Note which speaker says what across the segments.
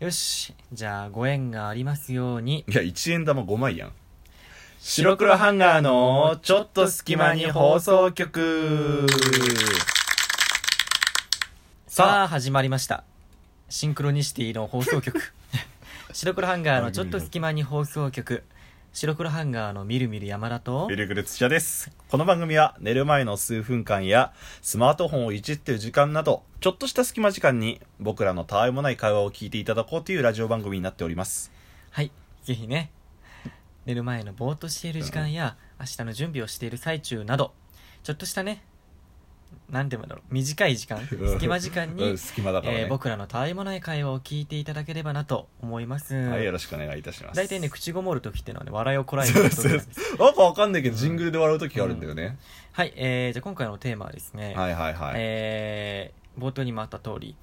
Speaker 1: よしじゃあご縁がありますように
Speaker 2: いや、1円玉5枚やん。
Speaker 1: 白黒ハンガーのちょっと隙間に放送局さあ始まりましたシンクロニシティの放送 局白黒ハンガーのちょっと隙間に放送局白黒ハンガーのみるみる山田と
Speaker 2: ゆるぐるつしゃです。この番組は寝る前の数分間やスマートフォンをいじってる時間など、ちょっとした隙間時間に僕らのたわいもない会話を聞いていただこうというラジオ番組になっております。
Speaker 1: はいぜひね寝る前のぼーっとしている時間や明日の準備をしている最中などちょっとしたね何て言うんだろう短い時間
Speaker 2: うん
Speaker 1: 隙間時間に、
Speaker 2: うん隙間だからね。
Speaker 1: えー僕らのたわいもない会話を聞いていただければなと思います、
Speaker 2: はい、よろしくお願いいたします。
Speaker 1: 大体ね口ごもる時っていうのはね笑いをこらえて
Speaker 2: そ
Speaker 1: る
Speaker 2: う
Speaker 1: 時
Speaker 2: そ
Speaker 1: なん
Speaker 2: う
Speaker 1: で
Speaker 2: そ
Speaker 1: す
Speaker 2: う。 なんかわかんないけど、ジングルで笑う時があるんだよね。
Speaker 1: はい、えー、じゃあ今回のテーマはですね、
Speaker 2: はいはいはい。
Speaker 1: えー冒頭にもあった通り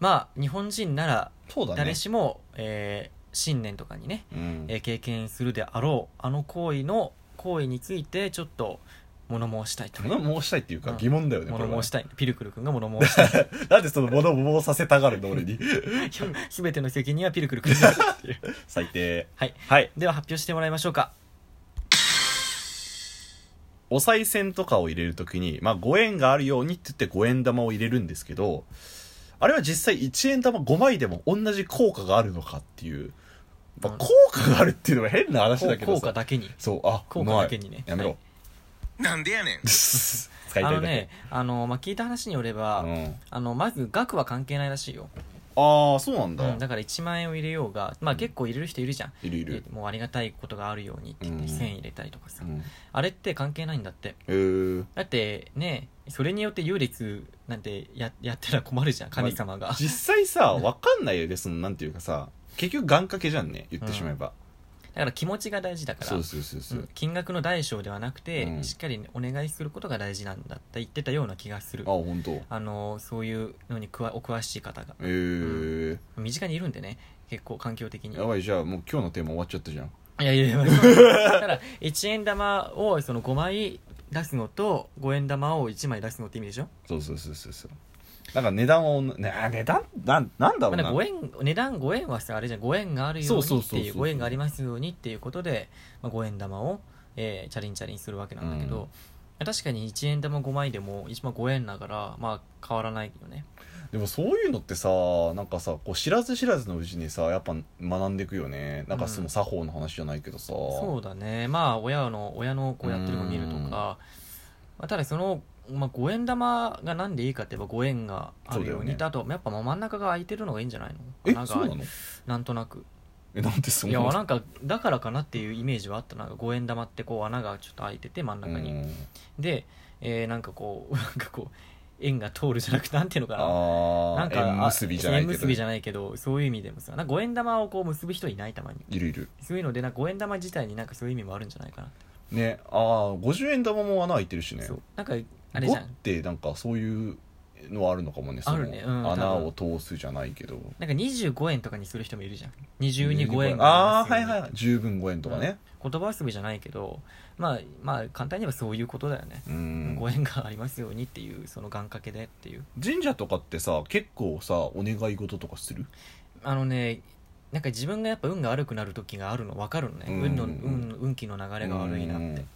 Speaker 1: まあ日本人なら
Speaker 2: そうだね。
Speaker 1: 誰しも、えー新年とかにね
Speaker 2: うん
Speaker 1: えー経験するであろうあの行為の行為についてちょっと物申したいと
Speaker 2: 物申したいっていうか
Speaker 1: うん
Speaker 2: 疑問だよね、これは
Speaker 1: 物申したいピルクル君が物申 したい
Speaker 2: なんでその物を申させたがるの 俺に
Speaker 1: 全ての責任はピルクル君 にあるっていう
Speaker 2: 最低
Speaker 1: はい
Speaker 2: はい
Speaker 1: では発表してもらいましょうか
Speaker 2: お賽銭とかを入れるときに、まあ、5円があるようにって言って5円玉を入れるんですけどあれは実際1円玉5枚でも同じ効果があるのかっていう、まあ、
Speaker 1: うん
Speaker 2: 効果があるっていうのは変な話だけど
Speaker 1: 効
Speaker 2: さ
Speaker 1: 果だけに
Speaker 2: そうあ
Speaker 1: 効
Speaker 2: う
Speaker 1: 果
Speaker 2: まい
Speaker 1: だけにね
Speaker 2: やめろ、
Speaker 1: はい
Speaker 3: なんでやねん。
Speaker 2: 使い
Speaker 1: あ
Speaker 2: たい
Speaker 1: の
Speaker 2: だけ、
Speaker 1: ねあの、まあ、聞いた話によれば、
Speaker 2: うん、
Speaker 1: あのまず額は関係ないらしいよ、
Speaker 2: ああそうなんだ、
Speaker 1: うんだから1万円を入れようが、まあ、結構入れる人いるじゃん
Speaker 2: いるいる、
Speaker 1: もうありがたいことがあるようにって言って
Speaker 2: うん
Speaker 1: 1000入れたりとかさ、
Speaker 2: うん、
Speaker 1: あれって関係ないんだって
Speaker 2: えー
Speaker 1: だってねそれによって優劣なんてややったら困るじゃん神様が、
Speaker 2: 実際さわかんないよねそのなんていうかさ結局願掛けじゃんね言ってしまえば、
Speaker 1: だから気持ちが大事だから
Speaker 2: そうそうそうそう、
Speaker 1: うん金額の大小ではなくて、
Speaker 2: うん
Speaker 1: しっかりお願いすることが大事なんだって言ってたような気がする
Speaker 2: あ本当。
Speaker 1: あのそういうのにくわお詳しい方が
Speaker 2: えー
Speaker 1: 身近にいるんでね結構環境的に
Speaker 2: やばいじゃあもう今日のテーマ終わっちゃったじゃん
Speaker 1: いやいやいやだから1円玉をその5枚出すのと5円玉を1枚出すのって意味でしょ、
Speaker 2: そうそうそうそうそうなんか値段はおんな、ね、あ値段なんなんだ
Speaker 1: ま
Speaker 2: ろ
Speaker 1: あ
Speaker 2: う
Speaker 1: ね、
Speaker 2: な、
Speaker 1: 5円値段5円はさあれじゃん5円があるように
Speaker 2: そうそう
Speaker 1: っ
Speaker 2: そ
Speaker 1: て
Speaker 2: う
Speaker 1: い
Speaker 2: そうう
Speaker 1: 5円がありますようにっていうことで、まあ、5円玉を、えーチャリンチャリンするわけなんだけど、確かに1円玉5枚でも1枚5円だからまあ変わらないよね
Speaker 2: でもそういうのってさなんかさこう知らず知らずのうちにさやっぱ学んでいくよねなんかその作法の話じゃないけどさ、
Speaker 1: そうだねまあ親の親のこうやってるの見るとか、
Speaker 2: うん
Speaker 1: まあ、ただその、まあ、5円玉がなんでいいかって言えば5円があるよう
Speaker 2: そうだよ
Speaker 1: に
Speaker 2: ね
Speaker 1: とあとやっぱ真ん中が空いてるのがいいんじゃないの
Speaker 2: え
Speaker 1: 穴が
Speaker 2: そうなの
Speaker 1: なんとなく
Speaker 2: えなんでそん
Speaker 1: い
Speaker 2: な
Speaker 1: や
Speaker 2: の
Speaker 1: なんかだからかなっていうイメージはあったなんか5円玉ってこう穴がちょっと開いてて真ん中に、
Speaker 2: うん
Speaker 1: で、えーなんかこう なんかこう円が通るじゃなくてなんていうのかな
Speaker 2: あ
Speaker 1: な
Speaker 2: あ
Speaker 1: んか
Speaker 2: 縁結びじゃな
Speaker 1: あ
Speaker 2: い
Speaker 1: 縁
Speaker 2: け
Speaker 1: 結
Speaker 2: ど
Speaker 1: びじゃないけどそういう意味でもさなんか5円玉をこう結ぶ人いないたまに
Speaker 2: いるいる
Speaker 1: そういうのでなんか5円玉自体になんかそういう意味もあるんじゃないかな、
Speaker 2: ねああ50円玉も穴開いてるしね
Speaker 1: そうなんかあれじゃ
Speaker 2: 五っ
Speaker 1: ん
Speaker 2: てなんかそういうのはあるのかもねその
Speaker 1: あるねうん
Speaker 2: 穴を通すじゃないけど
Speaker 1: なんか25円とかにする人もいるじゃん22円
Speaker 2: ああーはいはいはい十分5円とかね
Speaker 1: 言葉遊びじゃないけどまあまあ簡単に言えばそういうことだよね、
Speaker 2: うん
Speaker 1: ご縁がありますようにっていうその願掛けでっていう
Speaker 2: 神社とかってさ結構さお願い事とかする
Speaker 1: あのねなんか自分がやっぱ運が悪くなる時があるの分かるのね、
Speaker 2: うん
Speaker 1: 運の運の運気の流れが悪いなって、
Speaker 2: うん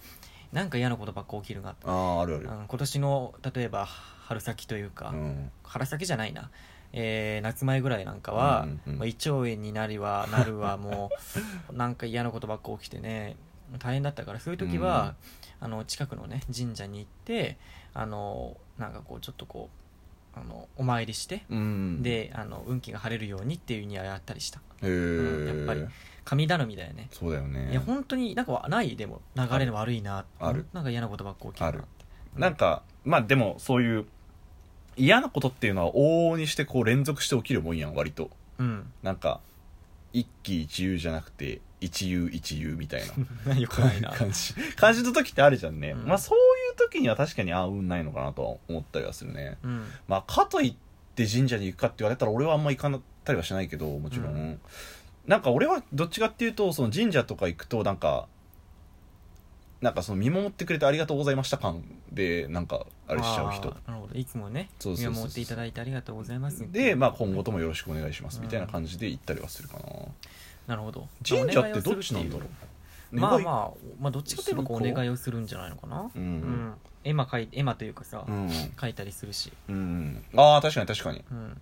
Speaker 1: なんか嫌なことばっか起きるなって、
Speaker 2: あああるあ
Speaker 1: う
Speaker 2: る
Speaker 1: ん、今年の例えば春先というか、
Speaker 2: うん
Speaker 1: 春先じゃないな、えー夏前ぐらいなんかは、
Speaker 2: うんうんうん
Speaker 1: まあ、胃腸炎になりはなるはも うなんか嫌なことばっか起きてね大変だったからそういう時は、あの近くのね神社に行ってあのなんかこうちょっとこうあのお参りして、
Speaker 2: うん
Speaker 1: であの運気が晴れるようにっていうにはやったりした
Speaker 2: へえ
Speaker 1: うんやっぱり神頼みだよね、
Speaker 2: そうだよね
Speaker 1: いや本当になんかないでも流れの悪いな
Speaker 2: ある
Speaker 1: なんか嫌なことばっか起きるなって
Speaker 2: なんかまあでもそういう嫌なことっていうのは往々にしてこう連続して起きるもんやん割と
Speaker 1: うん
Speaker 2: なんか一喜一憂じゃなくて一憂一憂みたい な
Speaker 1: よくないな
Speaker 2: 感じ感じの時ってあるじゃんね、
Speaker 1: うん
Speaker 2: まあそういう時には確かにああ運ないのかなとは思ったりはするね
Speaker 1: うん
Speaker 2: まあかといって神社に行くかって言われたら俺はあんま行かなったりはしないけどもちろん、
Speaker 1: う
Speaker 2: なんか俺はどっちかっていうとその神社とか行くとなんかなんかその見守ってくれてありがとうございました感でなんかあれしちゃう人
Speaker 1: あーなるほどいつもね
Speaker 2: そうそうそうそ
Speaker 1: 見
Speaker 2: う
Speaker 1: 守っていただいてありがとうございます
Speaker 2: で、まあ、今後ともよろしくお願いしますみたいな感じで行ったりはするかな、
Speaker 1: なるほど
Speaker 2: 神社ってどっちなんだろう
Speaker 1: まあ
Speaker 2: 願い
Speaker 1: まあ、まあ、どっちかといえばこうお
Speaker 2: するか
Speaker 1: 願いをするんじゃないのかなう
Speaker 2: う
Speaker 1: んん絵馬描い絵馬というかさ、
Speaker 2: うん
Speaker 1: 描いたりするし、
Speaker 2: うんああ確かに確かに
Speaker 1: うん、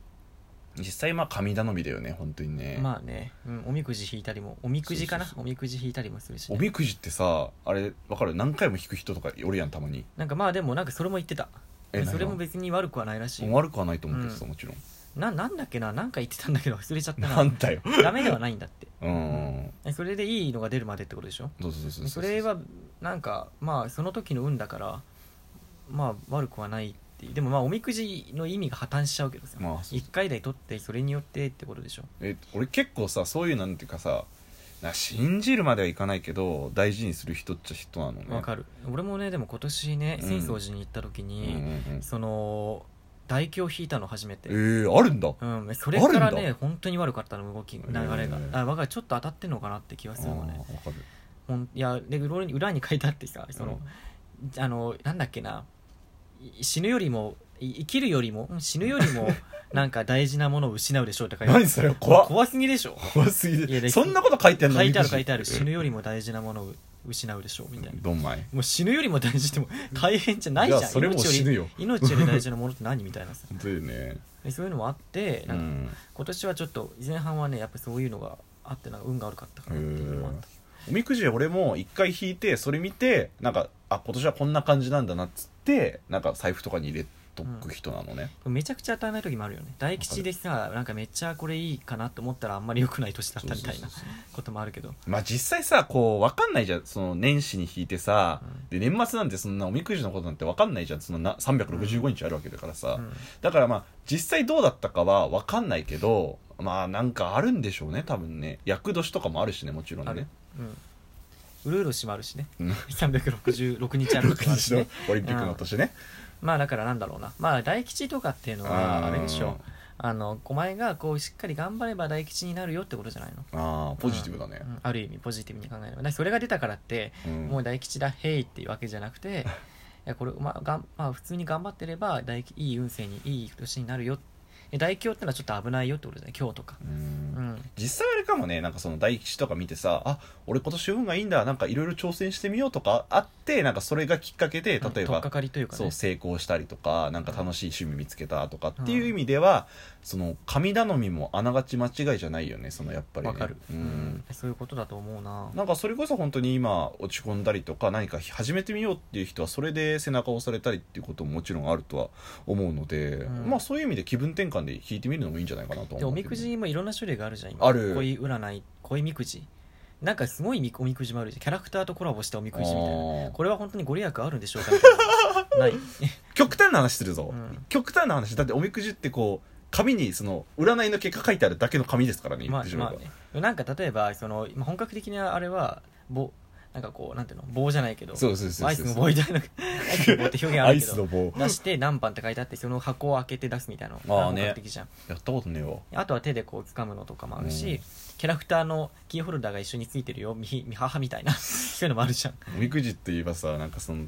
Speaker 2: 実際まあ神頼みだよね本当にね、
Speaker 1: まあね、うん、おみくじ引いたりもおみくじかな
Speaker 2: そうそうそ
Speaker 1: お
Speaker 2: う
Speaker 1: みくじ引いたりもするしね、
Speaker 2: おみくじってさあれわかる何回も引く人とかおるやんたまに
Speaker 1: なんかまあでもなんかそれも言ってた
Speaker 2: え
Speaker 1: それも
Speaker 2: 何が
Speaker 1: 別に悪くはないらしい
Speaker 2: 悪くはないと思うけどさ、もちろん
Speaker 1: ななんだっけななんか言ってたんだけど忘れちゃったな
Speaker 2: なんだよ
Speaker 1: ダメではないんだって
Speaker 2: うん
Speaker 1: えそれでいいのが出るまでってことでしょ
Speaker 2: そうそうそうそう
Speaker 1: それはなんかまあその時の運だからまあ悪くはないっていうでもまあおみくじの意味が破綻しちゃうけどさ、
Speaker 2: まあそう
Speaker 1: 一回で取ってそれによってってことでしょ
Speaker 2: え俺結構さそういうなんていうかさな信じるまではいかないけど大事にする人っちゃ人なのね
Speaker 1: わかる俺もねでも今年ね
Speaker 2: うん
Speaker 1: 浅草寺に行った時
Speaker 2: うんうん
Speaker 1: に、
Speaker 2: うん
Speaker 1: その唾液を引いたの初めて
Speaker 2: えー、あるんだ
Speaker 1: うん、それから
Speaker 2: あるん
Speaker 1: ね
Speaker 2: だ
Speaker 1: 本当に悪かったの動き流れ
Speaker 2: へ
Speaker 1: が
Speaker 2: ー
Speaker 1: あ我がちょっと当たってんのかなって気がするのね
Speaker 2: あーわかる
Speaker 1: ほんいやで裏に裏に書いてあってさその、あのなんだっけない死ぬよりもい生きるよりもうん死ぬより もなんか大事なものを失うでしょうって書いてある
Speaker 2: 何それ怖っ
Speaker 1: 怖すぎでしょ
Speaker 2: 怖すぎ
Speaker 1: いや
Speaker 2: て
Speaker 1: で
Speaker 2: そんなこと書いてんの
Speaker 1: 書いてある
Speaker 2: おみくじ
Speaker 1: 書いてある死ぬよりも大事なものを失うでしょうみたいな
Speaker 2: どんまい
Speaker 1: もう死ぬよりも大事ってもう大変じゃないじゃん
Speaker 2: いやそれもう
Speaker 1: 命
Speaker 2: 死ぬよ
Speaker 1: 命より大事なものって何みたいなさ
Speaker 2: 本当だよね
Speaker 1: でそういうのもあって
Speaker 2: う
Speaker 1: なんか
Speaker 2: ん
Speaker 1: 今年はちょっと前半はねやっぱそういうのがあってなんか運が悪かったからっていうのもあった
Speaker 2: おみくじ俺も一回引いてそれ見てなんかあ今年はこんな感じなんだなっつってなんか財布とかに入れとく人なのね、
Speaker 1: めちゃくちゃ当たらない時もあるよね大吉でさなんかめっちゃこれいいかなと思ったらあんまり良くない年だったみたい
Speaker 2: そ
Speaker 1: な
Speaker 2: うそうそう
Speaker 1: こともあるけど
Speaker 2: まあ実際さこう分かんないじゃんその年始に引いてさ、で年末なんてそんなおみくじのことなんて分かんないじゃんそのな365日あるわけだからさ、
Speaker 1: うん
Speaker 2: だからまあ実際どうだったかは分かんないけどまあなんかあるんでしょうね多分ね厄年とかもあるしねもちろん
Speaker 1: ある
Speaker 2: ね
Speaker 1: うんうるうるしもあるしね
Speaker 2: うん
Speaker 1: 366日ある
Speaker 2: 6
Speaker 1: 時もある
Speaker 2: 日
Speaker 1: し
Speaker 2: の
Speaker 1: ね
Speaker 2: オリンピックの年ね
Speaker 1: まあだからなんだろうなまあ大吉とかっていうのはあれでしょあのお前がこうしっかり頑張れば大吉になるよってことじゃないの
Speaker 2: ああポジティブだね
Speaker 1: う、んある意味ポジティブに考えればだからそれが出たからって
Speaker 2: うん
Speaker 1: もう大吉だ「へい」っていうわけじゃなく ていやこれ、まあがんまあ、普通に頑張ってれば大吉いい運勢にいい年になるよえ大凶ってのはちょっと危ないよってことだね今日とか、
Speaker 2: うん
Speaker 1: うん、
Speaker 2: 実際あれかもねなんかその大吉とか見てさあ俺今年運がいいんだなんかいろいろ挑戦してみようとかあってなんかそれがきっかけで例え
Speaker 1: 取っ
Speaker 2: ば、
Speaker 1: かかりというか
Speaker 2: そ
Speaker 1: ね
Speaker 2: う成功したりとかなんか楽しい趣味見つけたとかっていう意味では、その神頼みもあながち間違いじゃないよねそのやっぱり、ね、
Speaker 1: わかる、
Speaker 2: う
Speaker 1: うんん、そういうことだと思うな
Speaker 2: なんかそれこそ本当に今落ち込んだりとか何か始めてみようっていう人はそれで背中を押されたりっていうことももちろんあるとは思うので、
Speaker 1: うん
Speaker 2: まあそういう意味で気分転換で弾いてみるのもいいんじゃないかなとは
Speaker 1: で
Speaker 2: 思
Speaker 1: お
Speaker 2: うけ
Speaker 1: み
Speaker 2: ど
Speaker 1: くじもいろんな種類があるじゃん今
Speaker 2: ある
Speaker 1: 恋占い恋みくじなんかすごいみおみくじもあるじゃんキャラクターとコラボしたおみくじみたいな
Speaker 2: あー
Speaker 1: これは本当にご利益あるんでしょうかみた いなない
Speaker 2: 極端な話するぞ、
Speaker 1: うん
Speaker 2: 極端な話だっておみくじってこう紙にその占いの結果書いてあるだけの紙ですからね言
Speaker 1: ま
Speaker 2: っ
Speaker 1: あ
Speaker 2: てしま
Speaker 1: ま
Speaker 2: え
Speaker 1: あね
Speaker 2: ば、
Speaker 1: なんか例えばそのまあ本格的なあれは棒なんかこうなんていうの棒じゃないけど
Speaker 2: そうそうそうそう
Speaker 1: アイスの棒みたい なアイスの棒って表現あ
Speaker 2: ア
Speaker 1: る
Speaker 2: イ
Speaker 1: け
Speaker 2: スの
Speaker 1: ど
Speaker 2: 棒
Speaker 1: 出して何番って書いてあってその箱を開けて出すみたいなの
Speaker 2: あー
Speaker 1: が
Speaker 2: ね
Speaker 1: 本格的じゃん
Speaker 2: やったことねえわ
Speaker 1: あとは手でこう掴むのとかもあるし、
Speaker 2: うん
Speaker 1: キャラクターのキーホルダーが一緒についてるよみみ母みたいな そういうのもあるじゃん
Speaker 2: おみくじって言えばさなんかその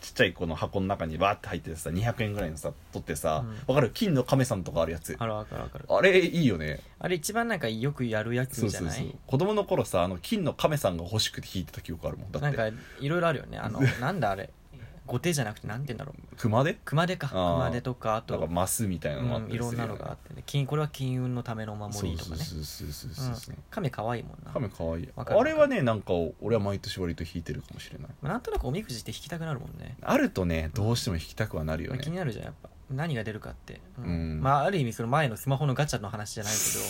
Speaker 2: ちっちゃいこの箱の中にわーって入っててさ200円ぐらいのさ取ってさわ
Speaker 1: うん、
Speaker 2: かる金の亀さんとかあるやつ
Speaker 1: あるわかるわかる
Speaker 2: あれいいよね
Speaker 1: あれ一番なんかよくやるやつ
Speaker 2: そう
Speaker 1: じゃ
Speaker 2: そう
Speaker 1: ない
Speaker 2: そう子供の頃さあの金の亀さんが欲しくて引いてた記憶あるもんだ
Speaker 1: な
Speaker 2: っ
Speaker 1: んか
Speaker 2: て
Speaker 1: いろいろあるよねあ のなんだあれ後手じゃなくてなんて言うんだろう
Speaker 2: 熊手
Speaker 1: 熊手か
Speaker 2: あー
Speaker 1: 熊手とかあ
Speaker 2: なん
Speaker 1: と
Speaker 2: かマスみたいなのもあ
Speaker 1: う
Speaker 2: った
Speaker 1: ん
Speaker 2: り
Speaker 1: い
Speaker 2: する
Speaker 1: ろんなのがあってね金これは金運のためのお守りとかね
Speaker 2: そうそうそうそうそう、
Speaker 1: うん亀可愛いもんな
Speaker 2: 亀かわいい
Speaker 1: わかる
Speaker 2: あれはねなんか俺は毎年割と引いてるかもしれない
Speaker 1: まあなんとなくおみくじって引きたくなるもんね
Speaker 2: あるとねどうしても引きたくはなるよ
Speaker 1: まあ気に
Speaker 2: ね
Speaker 1: なるじゃんやっぱ何が出るかって、うん
Speaker 2: うん
Speaker 1: まあある意味その前のスマホのガチャの話じゃないけ ど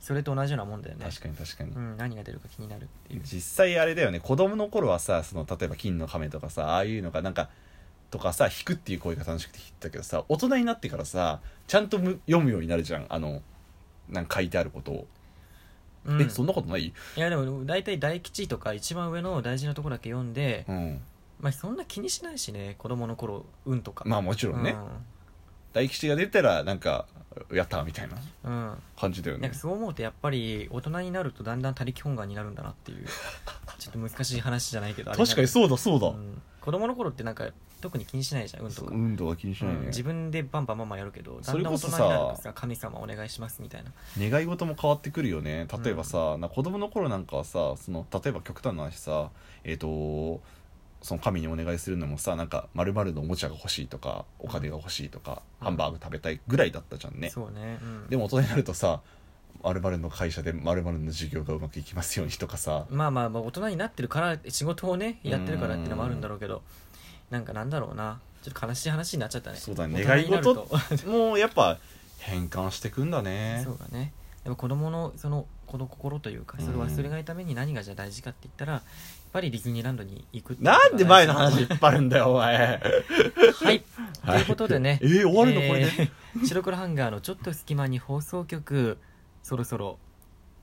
Speaker 1: それと同じようなもんだよね
Speaker 2: 確かに確かに、
Speaker 1: うん、何が出るか気になるっていう
Speaker 2: 実際あれだよね子供の頃はさその例えば金の亀とかさああいうのがなんかとかさ引くっていう声が楽しくて引いてたけどさ大人になってからさちゃんとむ読むようになるじゃんあのなんか書いてあることを、
Speaker 1: うん
Speaker 2: えそんなことない
Speaker 1: いやでも大体大吉とか一番上の大事なとこだけ読んで、
Speaker 2: うん
Speaker 1: まあ、そんな気にしないしね子供の頃運とか
Speaker 2: まあもちろんね、大吉が出たらなんかやったみたいな
Speaker 1: うん、うん
Speaker 2: 感じだよ
Speaker 1: なん
Speaker 2: ね
Speaker 1: かそう思うとやっぱり大人になるとだんだん他力本願になるんだなっていうちょっと難しい話じゃないけどあれ
Speaker 2: 確かにそうだそうだ、
Speaker 1: うん子供の頃ってなんか特に気にしないじゃん運とか、
Speaker 2: 運動は気にしないね、
Speaker 1: うん自分でバンバンバンバンやるけどだ
Speaker 2: そ
Speaker 1: ん
Speaker 2: れ
Speaker 1: だん大
Speaker 2: こ
Speaker 1: 人
Speaker 2: そ
Speaker 1: に
Speaker 2: さ
Speaker 1: なるとさ神様お願いしますみたいな
Speaker 2: 願い事も変わってくるよね例えばさ、な子供の頃なんかはさその例えば極端な話さえっ、とその神にお願いするのもさなんかまるのおもちゃが欲しいとかお金が欲しいとか、
Speaker 1: うん
Speaker 2: ハンバーグ食べたいぐらいだったじゃんね、
Speaker 1: そうね、うん、
Speaker 2: でも大人になるとさまるの会社でまるの授業がうまくいきますようにと かさ
Speaker 1: まあまあまあ大人になってるから仕事をねやってるからっていうのもあるんだろうけどなんかなんだろうなちょっと悲しい話になっちゃったね
Speaker 2: そうだ
Speaker 1: 大
Speaker 2: ね
Speaker 1: 人
Speaker 2: 願い
Speaker 1: になる
Speaker 2: 事
Speaker 1: と
Speaker 2: もうやっぱ変換してくんだね
Speaker 1: そうだねでも子供のその子の心というかそれを忘れないために何がじゃあ大事かって言ったらやっぱりディズニーランドに行くっていうことが
Speaker 2: なんで前の
Speaker 1: 大事
Speaker 2: 話引っ張るんだよお前
Speaker 1: はいと
Speaker 2: はい
Speaker 1: いうことでね
Speaker 2: えー、終わるのこれ
Speaker 1: え
Speaker 2: で、
Speaker 1: ー白黒ハンガーのちょっと隙間に放送局そろそろ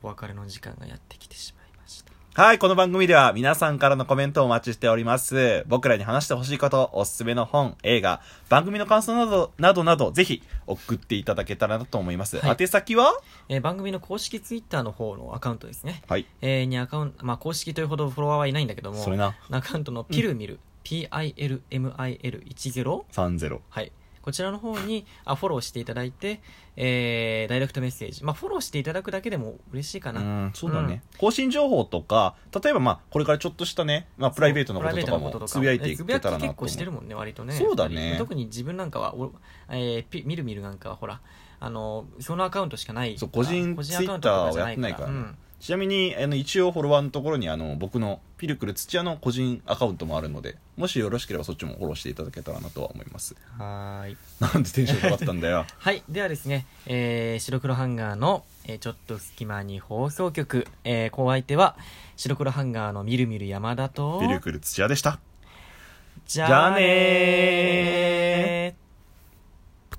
Speaker 1: お別れの時間がやってきてしまいました
Speaker 2: はい、この番組では皆さんからのコメントをお待ちしております。僕らに話してほしいこと、おすすめの本、映画、番組の感想など、などなど、ぜひ送っていただけたらなと思います。
Speaker 1: はい
Speaker 2: 宛先は
Speaker 1: えー番組の公式ツイッターの方のアカウントですね、
Speaker 2: はい。
Speaker 1: えーにアカウント、まあ、公式というほどフォロワーはいないんだけども
Speaker 2: それな、
Speaker 1: アカウントのピルミル、PILMIL10
Speaker 2: 30。
Speaker 1: はいこちらの方にあフォローしていただいて、えーダイレクトメッセージ、まあ、フォローしていただくだけでも嬉しいか
Speaker 2: う
Speaker 1: な、
Speaker 2: ん、そうだね、更新情報とか、例えばまあ、これからちょっとしたね、まあ、プライベートのこととか
Speaker 1: プライベートの
Speaker 2: もつぶやいてい
Speaker 1: つ
Speaker 2: け
Speaker 1: ぶやき
Speaker 2: たらなと思う。
Speaker 1: 結構してるもんね割とね
Speaker 2: そうだね
Speaker 1: やっぱり特に自分なんかはお、えーピみるみるなんかはほらあのそのアカウントしかない
Speaker 2: そう個人
Speaker 1: 個アカウントとじゃ
Speaker 2: ツイッターをやってないから
Speaker 1: う
Speaker 2: ね
Speaker 1: ん
Speaker 2: ちなみに、あの、一応フォロワーのところに、あの、僕のピルクル土屋の個人アカウントもあるので、もしよろしければそっちもフォローしていただけたらなとは思います。
Speaker 1: はーい
Speaker 2: なんでテンション上がったんだよ。
Speaker 1: はいではですね、えー白黒ハンガーの、えーちょっと隙間に放送局、えー、こう相手は白黒ハンガーのみるみる山田と
Speaker 2: ピルクル土屋でした。
Speaker 1: じ
Speaker 2: じゃ
Speaker 1: ゃあ
Speaker 2: あね
Speaker 1: ねー